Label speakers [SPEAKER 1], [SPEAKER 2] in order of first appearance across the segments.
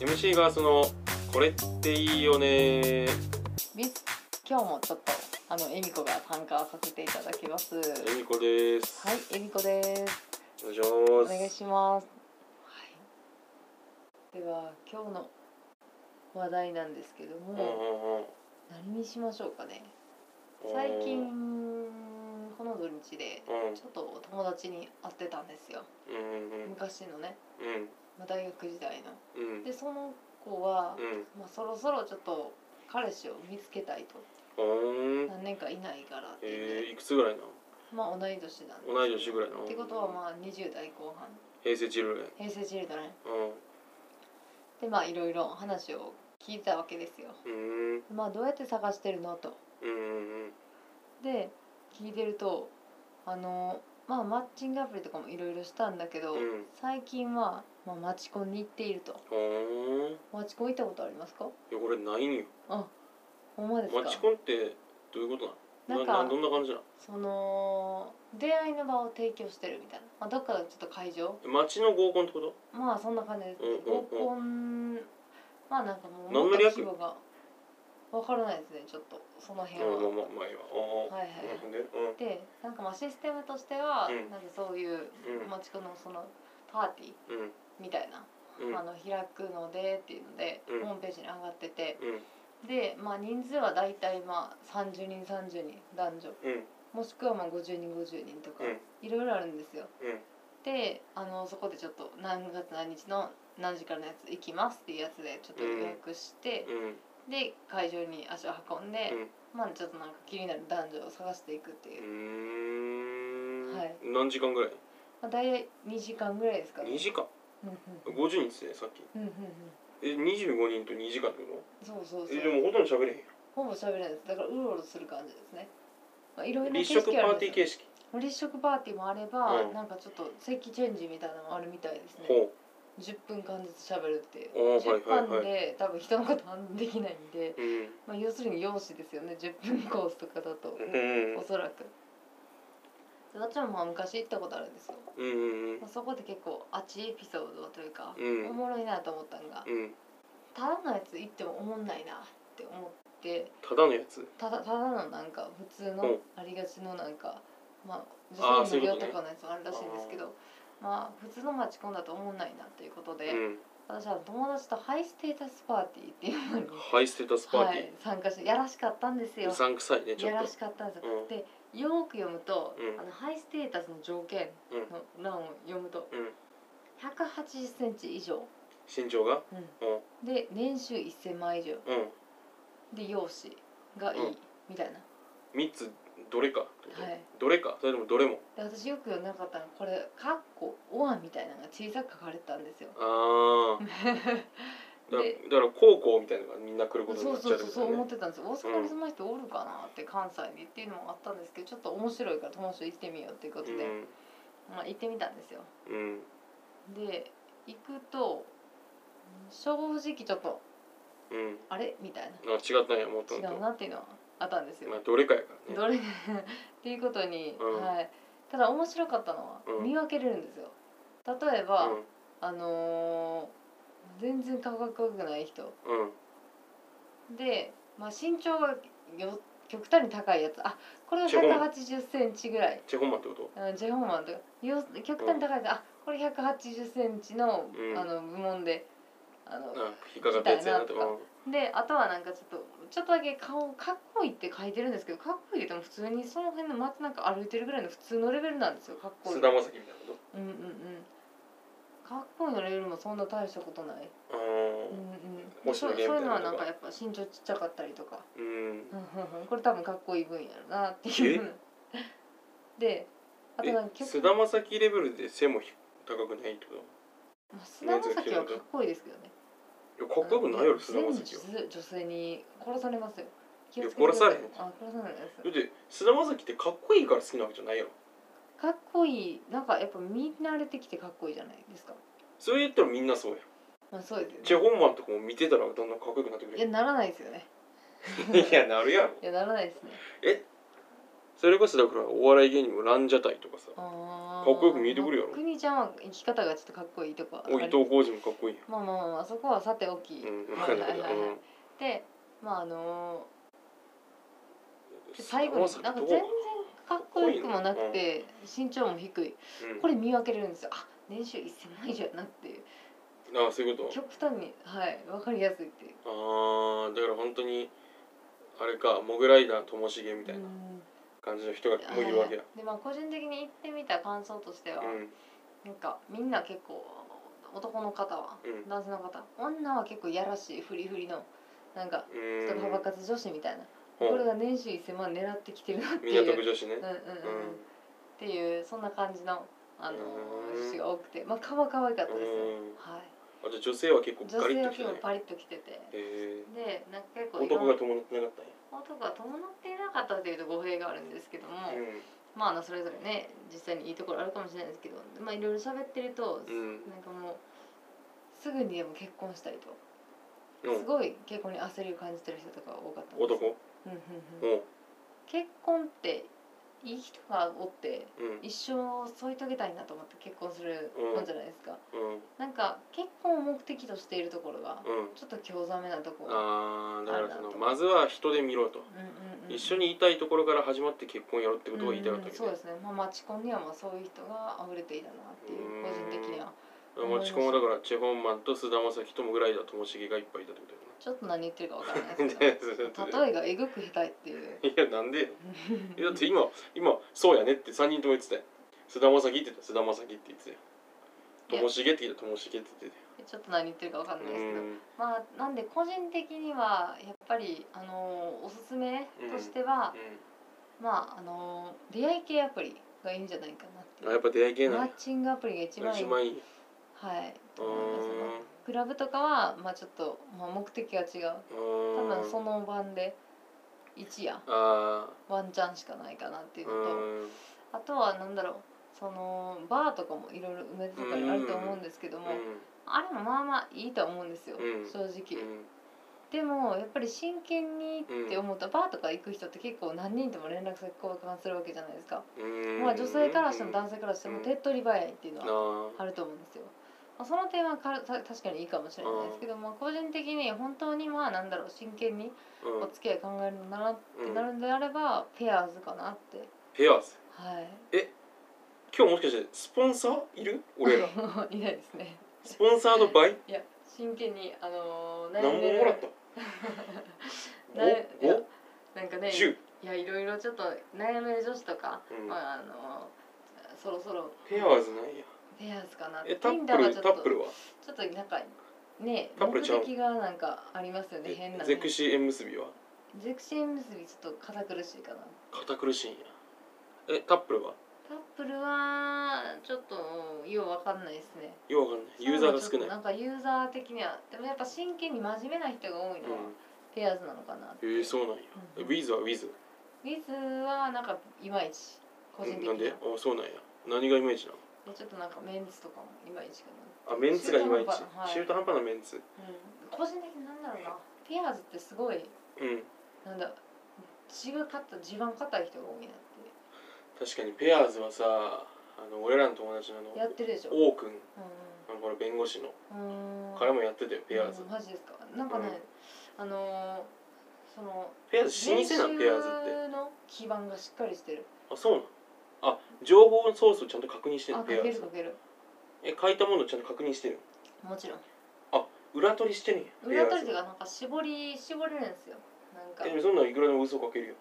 [SPEAKER 1] MC がそのこれっていいよね
[SPEAKER 2] み今日もちょっとあのえみこが参加させていただきます。は
[SPEAKER 1] えみこです
[SPEAKER 2] い、えみこです。
[SPEAKER 1] お願い
[SPEAKER 2] お
[SPEAKER 1] します
[SPEAKER 2] 願いします。はい。では今日の話題なんですけど
[SPEAKER 1] う
[SPEAKER 2] も、
[SPEAKER 1] んうんうん
[SPEAKER 2] 何にしましょうかね。最近この土日で
[SPEAKER 1] うん
[SPEAKER 2] ちょっと友達に会ってたんですよ。
[SPEAKER 1] うんうん
[SPEAKER 2] 昔のね、
[SPEAKER 1] うん
[SPEAKER 2] まあ大学時代の。
[SPEAKER 1] うん
[SPEAKER 2] でその子は、
[SPEAKER 1] うん
[SPEAKER 2] まあそろそろちょっと彼氏を見つけたいと
[SPEAKER 1] ほーん
[SPEAKER 2] 何年かいないからっていうん
[SPEAKER 1] え
[SPEAKER 2] で
[SPEAKER 1] ー、いくつぐらいな
[SPEAKER 2] まあ同い年なんです
[SPEAKER 1] 同い年ぐらいな
[SPEAKER 2] ってことはまあ20代後半
[SPEAKER 1] 平成チルレン
[SPEAKER 2] 平成チルドレン
[SPEAKER 1] う
[SPEAKER 2] でまあいろいろ話を聞いたわけですよ
[SPEAKER 1] んうん
[SPEAKER 2] まあどうやって探してるのと
[SPEAKER 1] うんうん
[SPEAKER 2] で聞いてるとあのまあマッチングアプリとかもいろいろしたんだけど、
[SPEAKER 1] うん
[SPEAKER 2] 最近は、まあ、マチコンに行っていると
[SPEAKER 1] ほーんい
[SPEAKER 2] マチコン行ったことありますか
[SPEAKER 1] やこれないんよ
[SPEAKER 2] あほんまですか
[SPEAKER 1] マチコンってどういうことな
[SPEAKER 2] な
[SPEAKER 1] の
[SPEAKER 2] んか
[SPEAKER 1] どんな感じなの
[SPEAKER 2] その出会いの場を提供してるみたいな、まあ、どっかのちょっと会場
[SPEAKER 1] え街の合コンってこと
[SPEAKER 2] まあそんな感じです
[SPEAKER 1] うんうんうん。
[SPEAKER 2] 合コンまあなんかもう
[SPEAKER 1] 何の略
[SPEAKER 2] 規模がわからないですねちょっとその
[SPEAKER 1] ま
[SPEAKER 2] 辺
[SPEAKER 1] あま
[SPEAKER 2] は。
[SPEAKER 1] あまあまあいいわああ
[SPEAKER 2] はいはい
[SPEAKER 1] なるほどねうん
[SPEAKER 2] でなんかまあシステムとしては、
[SPEAKER 1] うん
[SPEAKER 2] なんかそういう
[SPEAKER 1] うん
[SPEAKER 2] マチコンのそのパーティー
[SPEAKER 1] うん
[SPEAKER 2] みたいな、
[SPEAKER 1] うん
[SPEAKER 2] あの開くのでっていうので、
[SPEAKER 1] うん
[SPEAKER 2] ホームページに上がってて
[SPEAKER 1] うん
[SPEAKER 2] でまあ人数はだいたいまあ30人30人男女
[SPEAKER 1] うん
[SPEAKER 2] もしくはまあ50人50人とか、
[SPEAKER 1] うん
[SPEAKER 2] いろいろあるんですよ。
[SPEAKER 1] うん
[SPEAKER 2] であのそこでちょっと何月何日の何時からのやつ行きますっていうやつでちょっと予約して、
[SPEAKER 1] うん
[SPEAKER 2] で会場に足を運んで
[SPEAKER 1] う、ん
[SPEAKER 2] まあちょっとなんか気になる男女を探していくって
[SPEAKER 1] う
[SPEAKER 2] いう、
[SPEAKER 1] ーん
[SPEAKER 2] はい
[SPEAKER 1] 何時間ぐらい
[SPEAKER 2] まあ、大体2時間ぐらいですかね
[SPEAKER 1] 2時間
[SPEAKER 2] うんうん
[SPEAKER 1] 50人っすねさっき
[SPEAKER 2] うんうんうん
[SPEAKER 1] え25人と2時間ってこ
[SPEAKER 2] そうそう
[SPEAKER 1] と
[SPEAKER 2] そ
[SPEAKER 1] えで
[SPEAKER 2] う
[SPEAKER 1] もほとんど喋れへんや
[SPEAKER 2] ほぼ喋れないですだからうろうろする感じですね、まあ、いろいろ
[SPEAKER 1] ん
[SPEAKER 2] な
[SPEAKER 1] 立食パ
[SPEAKER 2] ある
[SPEAKER 1] ー
[SPEAKER 2] ん
[SPEAKER 1] ティー
[SPEAKER 2] ですよ
[SPEAKER 1] 形式
[SPEAKER 2] 立食パーティーもあれば、
[SPEAKER 1] うん
[SPEAKER 2] なんかちょっと席チェンジみたいなのもあるみたいですね
[SPEAKER 1] ほ
[SPEAKER 2] 10分間ずつ喋るっていう
[SPEAKER 1] おーはいはいはい
[SPEAKER 2] 10分で多分人のこと判断できないんで
[SPEAKER 1] ううん
[SPEAKER 2] まあ、要するに容姿ですよね10分コースとかだと
[SPEAKER 1] うん
[SPEAKER 2] おそらく私もまあ昔行ったことあるんですよ、
[SPEAKER 1] うんうん
[SPEAKER 2] まあ、そこで結構あっちエピソードというか、
[SPEAKER 1] うん
[SPEAKER 2] おもろいなと思ったんが
[SPEAKER 1] うん
[SPEAKER 2] ただのやつ行ってもおもんないなって思って
[SPEAKER 1] ただのやつ
[SPEAKER 2] ただただのなんか普通
[SPEAKER 1] う
[SPEAKER 2] の
[SPEAKER 1] ん
[SPEAKER 2] ありがちのなんかまあ
[SPEAKER 1] あー
[SPEAKER 2] 女性無料
[SPEAKER 1] そう
[SPEAKER 2] と
[SPEAKER 1] いうこ
[SPEAKER 2] かのやつもあるらしいんですけどまあ普通のマチコンだと思んないなということで、
[SPEAKER 1] うん
[SPEAKER 2] 私は友達とハイステータスパーティーっていうのに、
[SPEAKER 1] ハイステータスパー
[SPEAKER 2] は
[SPEAKER 1] テ
[SPEAKER 2] い、参加してやらしかったんです
[SPEAKER 1] ィー
[SPEAKER 2] よ
[SPEAKER 1] う。さんくさいねちょ
[SPEAKER 2] や
[SPEAKER 1] っ
[SPEAKER 2] ら
[SPEAKER 1] と
[SPEAKER 2] しかったんですよ、
[SPEAKER 1] うん
[SPEAKER 2] でよーく読むと、
[SPEAKER 1] うん
[SPEAKER 2] あのハイステータスの条件の欄を読むと、
[SPEAKER 1] うん
[SPEAKER 2] 180センチ以上、
[SPEAKER 1] 身長がう
[SPEAKER 2] で年収1000万以上
[SPEAKER 1] んうん
[SPEAKER 2] で容姿がいい、
[SPEAKER 1] うん
[SPEAKER 2] みたいな
[SPEAKER 1] 3つどれかってこと
[SPEAKER 2] はい
[SPEAKER 1] どれかそれともどれも
[SPEAKER 2] で私よく読んでなかったのこれ「カッコオア」みたいなのが小さく書かれてたんですよ。
[SPEAKER 1] ああだ
[SPEAKER 2] で
[SPEAKER 1] だから高校みたいなのがみんな来ることに
[SPEAKER 2] そ
[SPEAKER 1] な
[SPEAKER 2] う
[SPEAKER 1] っち
[SPEAKER 2] そ
[SPEAKER 1] ゃう
[SPEAKER 2] う
[SPEAKER 1] って
[SPEAKER 2] そ
[SPEAKER 1] こと
[SPEAKER 2] うそう思
[SPEAKER 1] ね
[SPEAKER 2] ってたんですよ大阪に住まい人おるかなって関西にっていうのもあったんですけどちょっと面白いから友達と行ってみようっていうことで、まあ、行ってみたんですよ。
[SPEAKER 1] うんうん
[SPEAKER 2] で行くと正直ちょっと
[SPEAKER 1] うん
[SPEAKER 2] あれみたい
[SPEAKER 1] あ違ったんやもっと
[SPEAKER 2] な違うなっていうのはあったんですよ
[SPEAKER 1] ま。あどれかやからね
[SPEAKER 2] どれ っていうことに、
[SPEAKER 1] うん
[SPEAKER 2] はい、ただ面白かったの
[SPEAKER 1] う
[SPEAKER 2] は
[SPEAKER 1] ん
[SPEAKER 2] 見分けれるんですよ。例えば、
[SPEAKER 1] うん
[SPEAKER 2] あのー全然顔が濃くない人
[SPEAKER 1] うん
[SPEAKER 2] で、まあ、身長がよ極端に高いやつあこれは
[SPEAKER 1] チェホン
[SPEAKER 2] 180センチぐらい。
[SPEAKER 1] チェホンマンってこと
[SPEAKER 2] うんジェホンマンとかよ極端に高いやつ、あこれ180センチの,、
[SPEAKER 1] うん
[SPEAKER 2] あの部門であの
[SPEAKER 1] あ引っかかったやつやなと
[SPEAKER 2] みたいな
[SPEAKER 1] か
[SPEAKER 2] とであとはなんかちょっとちょっとだけ顔かっこいいって書いてるんですけどかっこいいって言っても普通にその辺の街なんか歩いてるぐらいの普通のレベルなんですよかっこいい
[SPEAKER 1] 菅田将暉みたいなこと
[SPEAKER 2] うんうんうんかっこいいのレベルもそんな大したことない、
[SPEAKER 1] あ
[SPEAKER 2] うんうんで
[SPEAKER 1] 星
[SPEAKER 2] そ
[SPEAKER 1] 野
[SPEAKER 2] う
[SPEAKER 1] 源
[SPEAKER 2] そう
[SPEAKER 1] みたい
[SPEAKER 2] いうの
[SPEAKER 1] な
[SPEAKER 2] は
[SPEAKER 1] の
[SPEAKER 2] なん
[SPEAKER 1] とか
[SPEAKER 2] かやっぱ身長ちっちゃかったりとか
[SPEAKER 1] ーうん
[SPEAKER 2] うんうんうんこれ多分かっこいい分やろなっていうであと
[SPEAKER 1] え
[SPEAKER 2] なんか
[SPEAKER 1] 菅田将暉レベルで背も高くないってこ
[SPEAKER 2] まあ菅田将暉はかっこいいですけどね
[SPEAKER 1] といやかっこよくないやろ菅
[SPEAKER 2] 全
[SPEAKER 1] 田
[SPEAKER 2] 女
[SPEAKER 1] 将暉は
[SPEAKER 2] 女性に殺されますよ気をつけて
[SPEAKER 1] いや殺されへん
[SPEAKER 2] くだいあ殺されないです
[SPEAKER 1] だって菅田将暉ってかっこいいから好きなわけじゃないやろ
[SPEAKER 2] かっこいいなんかやっぱ見慣れてきてかっこいいじゃないですか
[SPEAKER 1] それ言ったらみんなそうや
[SPEAKER 2] まあそうです
[SPEAKER 1] チェ
[SPEAKER 2] よ、ね、
[SPEAKER 1] ホンマンとかも見てたらだんだんかっこよくなってく
[SPEAKER 2] い
[SPEAKER 1] る
[SPEAKER 2] やならないですよね
[SPEAKER 1] やんいやなるやろ
[SPEAKER 2] いやならないですね
[SPEAKER 1] えそれこそだからお笑い芸人もランジャタイとかさ
[SPEAKER 2] あ
[SPEAKER 1] かっこよく見えてくるやろ
[SPEAKER 2] 国ちゃんは生き方がちょっとかっこいいとか
[SPEAKER 1] お伊藤浩二もかっこいい
[SPEAKER 2] まあまあまあまあそこはさておき、
[SPEAKER 1] やん、うん、
[SPEAKER 2] は
[SPEAKER 1] わ
[SPEAKER 2] い
[SPEAKER 1] か
[SPEAKER 2] は
[SPEAKER 1] ん
[SPEAKER 2] い
[SPEAKER 1] ないけど、
[SPEAKER 2] はいはい
[SPEAKER 1] うん
[SPEAKER 2] でまああので最後に
[SPEAKER 1] そ
[SPEAKER 2] なんか
[SPEAKER 1] ど
[SPEAKER 2] 全
[SPEAKER 1] う
[SPEAKER 2] 然かっこよくもなくて身長も低い
[SPEAKER 1] うん
[SPEAKER 2] これ見分けれるんですよあ年収1000万以上やなっていう
[SPEAKER 1] ああそういうこと
[SPEAKER 2] 極端にはい分かりやすいっていう
[SPEAKER 1] ああだから本当にあれかモグライダーともしげみたいな
[SPEAKER 2] うん
[SPEAKER 1] 感じの人がもういるわけだ、
[SPEAKER 2] はいでまあ個人的に行ってみた感想としては、
[SPEAKER 1] うん
[SPEAKER 2] なんかみんな結構男の方は
[SPEAKER 1] うん
[SPEAKER 2] 男性の方女は結構やらしいフリフリのなんか
[SPEAKER 1] うん
[SPEAKER 2] ちょっとパパ活女子みたいな、
[SPEAKER 1] ほう
[SPEAKER 2] これが年収1000万狙ってきてるなっていう
[SPEAKER 1] 港区女子ね
[SPEAKER 2] うんう
[SPEAKER 1] う
[SPEAKER 2] んうん、
[SPEAKER 1] ん
[SPEAKER 2] っていうそんな感じのあの
[SPEAKER 1] うん
[SPEAKER 2] 人が多くてまあ顔は可愛かったですね
[SPEAKER 1] うん
[SPEAKER 2] はい
[SPEAKER 1] あじゃあ女性は結構
[SPEAKER 2] 女
[SPEAKER 1] ガリ
[SPEAKER 2] 性
[SPEAKER 1] ッ
[SPEAKER 2] は
[SPEAKER 1] ときて
[SPEAKER 2] 結構
[SPEAKER 1] ね
[SPEAKER 2] パリッときてて
[SPEAKER 1] え
[SPEAKER 2] でなんか結
[SPEAKER 1] ー、
[SPEAKER 2] 構いろ
[SPEAKER 1] 男
[SPEAKER 2] んな
[SPEAKER 1] が伴ってなかったんや
[SPEAKER 2] 男が伴っていなかったというと語弊があるんですけども、
[SPEAKER 1] う
[SPEAKER 2] まああのそれぞれね実際にいいところあるかもしれないですけどまあいろいろ喋ってると、
[SPEAKER 1] んうん
[SPEAKER 2] なんかもうすぐにでも結婚したいと、
[SPEAKER 1] う
[SPEAKER 2] す
[SPEAKER 1] ん
[SPEAKER 2] ごい結婚に焦りを感じてる人とか多かったんです
[SPEAKER 1] 男
[SPEAKER 2] うんうん
[SPEAKER 1] う
[SPEAKER 2] うん
[SPEAKER 1] ん
[SPEAKER 2] 結婚っていい人がおって
[SPEAKER 1] うん
[SPEAKER 2] 一生添い遂げたいなと思って結婚するもんじゃないですか、
[SPEAKER 1] うん
[SPEAKER 2] なんか結婚を目的としているところが
[SPEAKER 1] うん
[SPEAKER 2] ちょっと興ざめなところ、
[SPEAKER 1] ああだからそ
[SPEAKER 2] あ
[SPEAKER 1] の
[SPEAKER 2] るなと
[SPEAKER 1] まずは人で見ろと
[SPEAKER 2] うんうんうん、
[SPEAKER 1] 一緒にいたいところから始まって結婚やろうってことが言いたかったわ
[SPEAKER 2] うんうん
[SPEAKER 1] け
[SPEAKER 2] そう
[SPEAKER 1] ど
[SPEAKER 2] ですね、まあ、マチコンにはまあそういう人が溢れていたなっていう
[SPEAKER 1] うん
[SPEAKER 2] 個人的には
[SPEAKER 1] マチコンはだからチェ・ホンマンと菅田将暉とモグライダーともしげがいっぱいいたってこ
[SPEAKER 2] ちょっと何言ってるかわからない
[SPEAKER 1] と
[SPEAKER 2] で
[SPEAKER 1] や
[SPEAKER 2] すけ ど
[SPEAKER 1] な
[SPEAKER 2] 例えがえぐく下手いっていう
[SPEAKER 1] いやなんで えだって今今そうやねって3人とも言ってたよ菅田将暉って言った菅田将暉って言ってたよともしげって言ったともしげって言って
[SPEAKER 2] ちょっと何言ってるかわかん
[SPEAKER 1] た
[SPEAKER 2] ない
[SPEAKER 1] よ
[SPEAKER 2] ですけど
[SPEAKER 1] うん
[SPEAKER 2] まあなんで個人的にはやっぱりあのおすすめとしては、まああの出会い系アプリがいいんじゃないかなって
[SPEAKER 1] うんあ
[SPEAKER 2] い
[SPEAKER 1] や
[SPEAKER 2] う
[SPEAKER 1] っぱ出会い系な
[SPEAKER 2] マ
[SPEAKER 1] ん
[SPEAKER 2] ッ
[SPEAKER 1] や
[SPEAKER 2] チングアプリが一番いい
[SPEAKER 1] 一番いい
[SPEAKER 2] はいと
[SPEAKER 1] う
[SPEAKER 2] 思いますね
[SPEAKER 1] ん
[SPEAKER 2] クラブとかはまあちょっと、まあ、目的が違う多分その晩で一夜
[SPEAKER 1] あ
[SPEAKER 2] ワンチャンしかないかなって
[SPEAKER 1] ー
[SPEAKER 2] いうのと、
[SPEAKER 1] うん
[SPEAKER 2] あとはなんだろうそのバーとかもいろいろ梅田とかにあると思うんですけども、あれもまあまあいいとは思うんですよ、
[SPEAKER 1] うん
[SPEAKER 2] 正直、
[SPEAKER 1] うん
[SPEAKER 2] でもやっぱり真剣にって思うと、バーとか行く人って結構何人とも連絡先交換するわけじゃないですか、
[SPEAKER 1] うん
[SPEAKER 2] まあ女性からしても
[SPEAKER 1] 性
[SPEAKER 2] 男性からしても
[SPEAKER 1] うん
[SPEAKER 2] 手っ取り早いっていうのは
[SPEAKER 1] あ
[SPEAKER 2] あると思うんですよ。まあその点はかた確かにいいかもしれないですけど、まあ個人的に本当にまあなんだろう真剣に
[SPEAKER 1] ーうん
[SPEAKER 2] お付き合い考えるのならっ
[SPEAKER 1] う
[SPEAKER 2] て
[SPEAKER 1] ん
[SPEAKER 2] なるんであれば、ペアーズかなって
[SPEAKER 1] ペアーズ
[SPEAKER 2] はい
[SPEAKER 1] 今日もしかしてスポンサーいる俺ら
[SPEAKER 2] いないですね
[SPEAKER 1] スポンサーの倍
[SPEAKER 2] いや真剣にあのー、
[SPEAKER 1] 何
[SPEAKER 2] んで
[SPEAKER 1] も
[SPEAKER 2] る
[SPEAKER 1] もらった
[SPEAKER 2] ないや
[SPEAKER 1] 5
[SPEAKER 2] なんか
[SPEAKER 1] 5
[SPEAKER 2] ね
[SPEAKER 1] 10
[SPEAKER 2] いやいろいろちょっと悩める女子とか、
[SPEAKER 1] うん
[SPEAKER 2] まああのー、そろそろ
[SPEAKER 1] ペアーズないや
[SPEAKER 2] ペアーズかな
[SPEAKER 1] えタッ
[SPEAKER 2] Tinder
[SPEAKER 1] プ
[SPEAKER 2] は
[SPEAKER 1] ル
[SPEAKER 2] ちょっ
[SPEAKER 1] タップル
[SPEAKER 2] と
[SPEAKER 1] は
[SPEAKER 2] ちょっとなんかね
[SPEAKER 1] タップ
[SPEAKER 2] 目
[SPEAKER 1] ルちゃう
[SPEAKER 2] 的がなんかありますよね変
[SPEAKER 1] え
[SPEAKER 2] な
[SPEAKER 1] ゼクシー縁結びは
[SPEAKER 2] ゼクシー結びちょっと堅苦しいかな
[SPEAKER 1] 堅苦しいんやえタップルは
[SPEAKER 2] タップルはちょっとようわかんないですね
[SPEAKER 1] よくわかんないユーザーが少ない
[SPEAKER 2] なんかユーザー的にはでもやっぱ真剣に真面目な人が多いのはペアーズなのかなって、
[SPEAKER 1] うんえーそうなんやえ
[SPEAKER 2] うん
[SPEAKER 1] ウィズはウィズ
[SPEAKER 2] ウィズはなんかいまいち個人的に
[SPEAKER 1] なんであそうなんや何がイメージなの
[SPEAKER 2] でちょっとなんかメンズとかもいまいちかな
[SPEAKER 1] あメンツがいまいち
[SPEAKER 2] 中途半端なはい
[SPEAKER 1] 中途半端なメンツ
[SPEAKER 2] うん、個人的になんだろうなペアーズってすごい
[SPEAKER 1] うん
[SPEAKER 2] なんだ地が硬い地盤硬い人が多いなっ
[SPEAKER 1] 確かにペアーズはさあの俺らの友達のあ
[SPEAKER 2] てや
[SPEAKER 1] の
[SPEAKER 2] ってるでしょう
[SPEAKER 1] 王くん
[SPEAKER 2] ん
[SPEAKER 1] あのこれ弁護士の
[SPEAKER 2] うん
[SPEAKER 1] 彼もやってたよペアーズ
[SPEAKER 2] うんマジですかなんかね、あのー、その
[SPEAKER 1] ペアーズ老舗なのペアーズって
[SPEAKER 2] 練習の基盤がしっかりしてる
[SPEAKER 1] あそうなのあ情報ソースをちゃんと確認して
[SPEAKER 2] あ
[SPEAKER 1] る
[SPEAKER 2] か
[SPEAKER 1] ペア
[SPEAKER 2] け
[SPEAKER 1] ー
[SPEAKER 2] る
[SPEAKER 1] ズ
[SPEAKER 2] かける
[SPEAKER 1] え書いたものをちゃんと確認してる
[SPEAKER 2] もちろん
[SPEAKER 1] 裏取りしてるんやペア
[SPEAKER 2] 裏
[SPEAKER 1] ー
[SPEAKER 2] 取
[SPEAKER 1] ズ
[SPEAKER 2] りとかなんか絞り絞れるんですよなんか
[SPEAKER 1] えでもそんなんいくらでも嘘書けるよ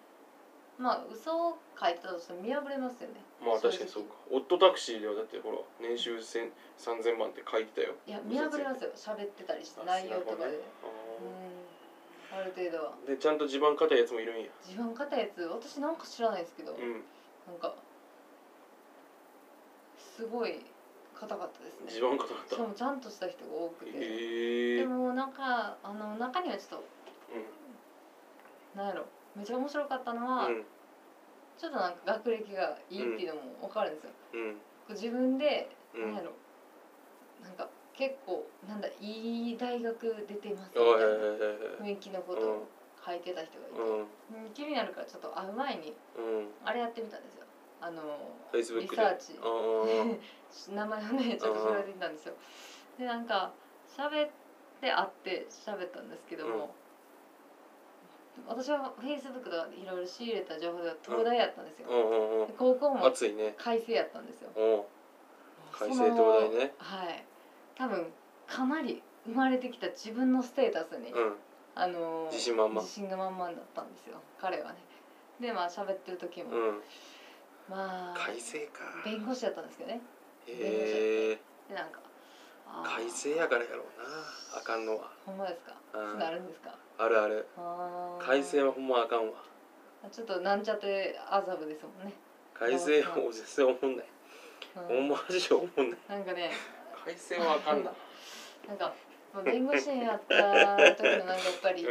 [SPEAKER 2] まあ嘘を書いてたとしても見破れますよね
[SPEAKER 1] まあ
[SPEAKER 2] 正直
[SPEAKER 1] 確かにそうかオットタクシーではだってほら年収1000 3000万って書いてたよ
[SPEAKER 2] いや見破れますよ喋ってたりして内容とかで、うんある程度は
[SPEAKER 1] でちゃんと地盤硬いやつもいるんや
[SPEAKER 2] 自分硬いやつ私なんか知らないですけど、
[SPEAKER 1] うん
[SPEAKER 2] なんかすごい硬かったです
[SPEAKER 1] 地
[SPEAKER 2] ね
[SPEAKER 1] 盤硬かっ
[SPEAKER 2] したかもちゃんとした人が多くて、
[SPEAKER 1] へえ
[SPEAKER 2] でもなんかあの中にはちょっとなんやろめちゃ面白かったのは、
[SPEAKER 1] うん
[SPEAKER 2] ちょっとなんか学歴がいいっていうのも分かるんですよ、
[SPEAKER 1] うん
[SPEAKER 2] こう自分で、
[SPEAKER 1] うん
[SPEAKER 2] なんやろなんか結構なんだいい大学出てます
[SPEAKER 1] ああはいはいはいはい
[SPEAKER 2] みたいな雰囲気のことを履いてた人がいて、
[SPEAKER 1] うん
[SPEAKER 2] うん気になるからちょっと会う前に
[SPEAKER 1] うん
[SPEAKER 2] あれやってみたんですよあの
[SPEAKER 1] Facebook で
[SPEAKER 2] リサーチ
[SPEAKER 1] あー
[SPEAKER 2] 名前をねちょっと調べてみたんですよでなんか喋って会って喋ったんですけども、私はフェイスブックとかでいろいろ仕入れた情報では東大やったんですよ、
[SPEAKER 1] うん うん
[SPEAKER 2] で高校
[SPEAKER 1] う
[SPEAKER 2] も
[SPEAKER 1] ん熱いね
[SPEAKER 2] 改正やったんですよ
[SPEAKER 1] うん改正東大ね
[SPEAKER 2] そのはい多分かなり生まれてきた自分のステータスに、
[SPEAKER 1] うん
[SPEAKER 2] あのー
[SPEAKER 1] 自信満々
[SPEAKER 2] 自信が満々だったんですよ彼はねでまあ喋ってる時も、
[SPEAKER 1] うん
[SPEAKER 2] まあ
[SPEAKER 1] 改正か
[SPEAKER 2] 弁護士だったんですけどね
[SPEAKER 1] へえ
[SPEAKER 2] でなんかあー
[SPEAKER 1] 改正やからやろうなあかんのは
[SPEAKER 2] ほんまですか
[SPEAKER 1] うん
[SPEAKER 2] そうなるんですか
[SPEAKER 1] あるある
[SPEAKER 2] あー
[SPEAKER 1] 改正はほんまあかんわ
[SPEAKER 2] ちょっとなんちゃって麻布ですもんね、
[SPEAKER 1] 改正はもう全然思んない
[SPEAKER 2] うん
[SPEAKER 1] 思わずし思んない
[SPEAKER 2] なんかね
[SPEAKER 1] 改正はあかんな
[SPEAKER 2] なんかまあ弁護士になった時のなんかやっぱ
[SPEAKER 1] う
[SPEAKER 2] り
[SPEAKER 1] ん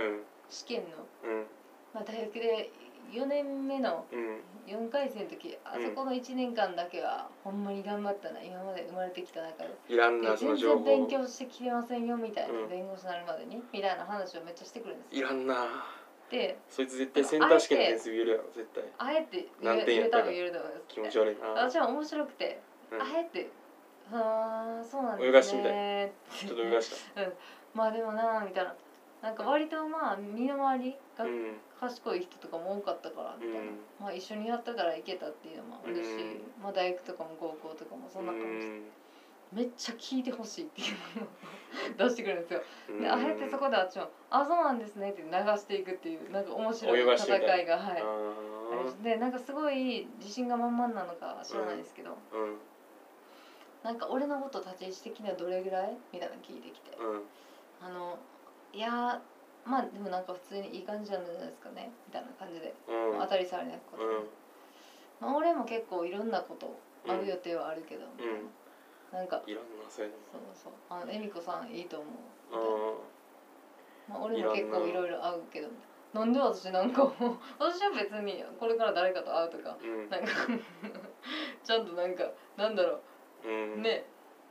[SPEAKER 2] 試験の、
[SPEAKER 1] うん
[SPEAKER 2] まあ、大学で4年目の
[SPEAKER 1] うん
[SPEAKER 2] 4回生の時あそこの1年間だけはほんまに頑張ったな今まで生まれてきた中で
[SPEAKER 1] いらんなその
[SPEAKER 2] 全
[SPEAKER 1] 情
[SPEAKER 2] 然勉
[SPEAKER 1] 報
[SPEAKER 2] 強してきれませんよみたいな、
[SPEAKER 1] うん
[SPEAKER 2] 弁護士になるまでにみたいな話をめっちゃしてくるんです
[SPEAKER 1] い
[SPEAKER 2] よ
[SPEAKER 1] らんな
[SPEAKER 2] で
[SPEAKER 1] そいつ絶対センター試験の点数言えるやろ絶対
[SPEAKER 2] あえて言
[SPEAKER 1] 何点や
[SPEAKER 2] え
[SPEAKER 1] った
[SPEAKER 2] 多
[SPEAKER 1] ら
[SPEAKER 2] 分言えると思います
[SPEAKER 1] 気持ち悪いな
[SPEAKER 2] 私は面白くて、
[SPEAKER 1] うん
[SPEAKER 2] あえて「あーそうなんですね」
[SPEAKER 1] 泳がしてみたちょっと動か
[SPEAKER 2] し
[SPEAKER 1] した
[SPEAKER 2] まあでもなーみたいななんか割とまあ身の回りが
[SPEAKER 1] うん
[SPEAKER 2] 賢い人とかも多かったからみたいな、
[SPEAKER 1] うん
[SPEAKER 2] まあ一緒にやったから行けたっていうのもあるし、
[SPEAKER 1] うん
[SPEAKER 2] まあ大学とかも高校とかもそんな感じ、めっちゃ聞いてほしいっていうのを 出してくるんですよ、
[SPEAKER 1] うん
[SPEAKER 2] であえてそこであっちも「あそうなんですね」って流していくっていうなんか面白
[SPEAKER 1] 泳が
[SPEAKER 2] い
[SPEAKER 1] してみた
[SPEAKER 2] 戦
[SPEAKER 1] い
[SPEAKER 2] いがは
[SPEAKER 1] あ
[SPEAKER 2] いあ
[SPEAKER 1] ー
[SPEAKER 2] れでなんかすごい自信が満々なのか知らないですけど、
[SPEAKER 1] うん
[SPEAKER 2] なんか俺のこと立ち位置的にはどれぐらいみたいなの聞いてきて、
[SPEAKER 1] うん
[SPEAKER 2] あのいやーまあでもなんか普通にいい感じなんじゃないですかねみたいな感じで、
[SPEAKER 1] うん
[SPEAKER 2] 当たり障りなくこと、まあ、俺も結構いろんなことある予定はあるけど、みたいななんか
[SPEAKER 1] いらんなそういうの
[SPEAKER 2] そうそうあの恵美子さんいいと思うみたいな
[SPEAKER 1] も
[SPEAKER 2] まあ、俺も結構いろいろ会うけどなんで私なんかもう 私は別にこれから誰かと会うとか
[SPEAKER 1] うん
[SPEAKER 2] なんか ちゃんとなんかなんだろ
[SPEAKER 1] うん
[SPEAKER 2] う
[SPEAKER 1] うん
[SPEAKER 2] ね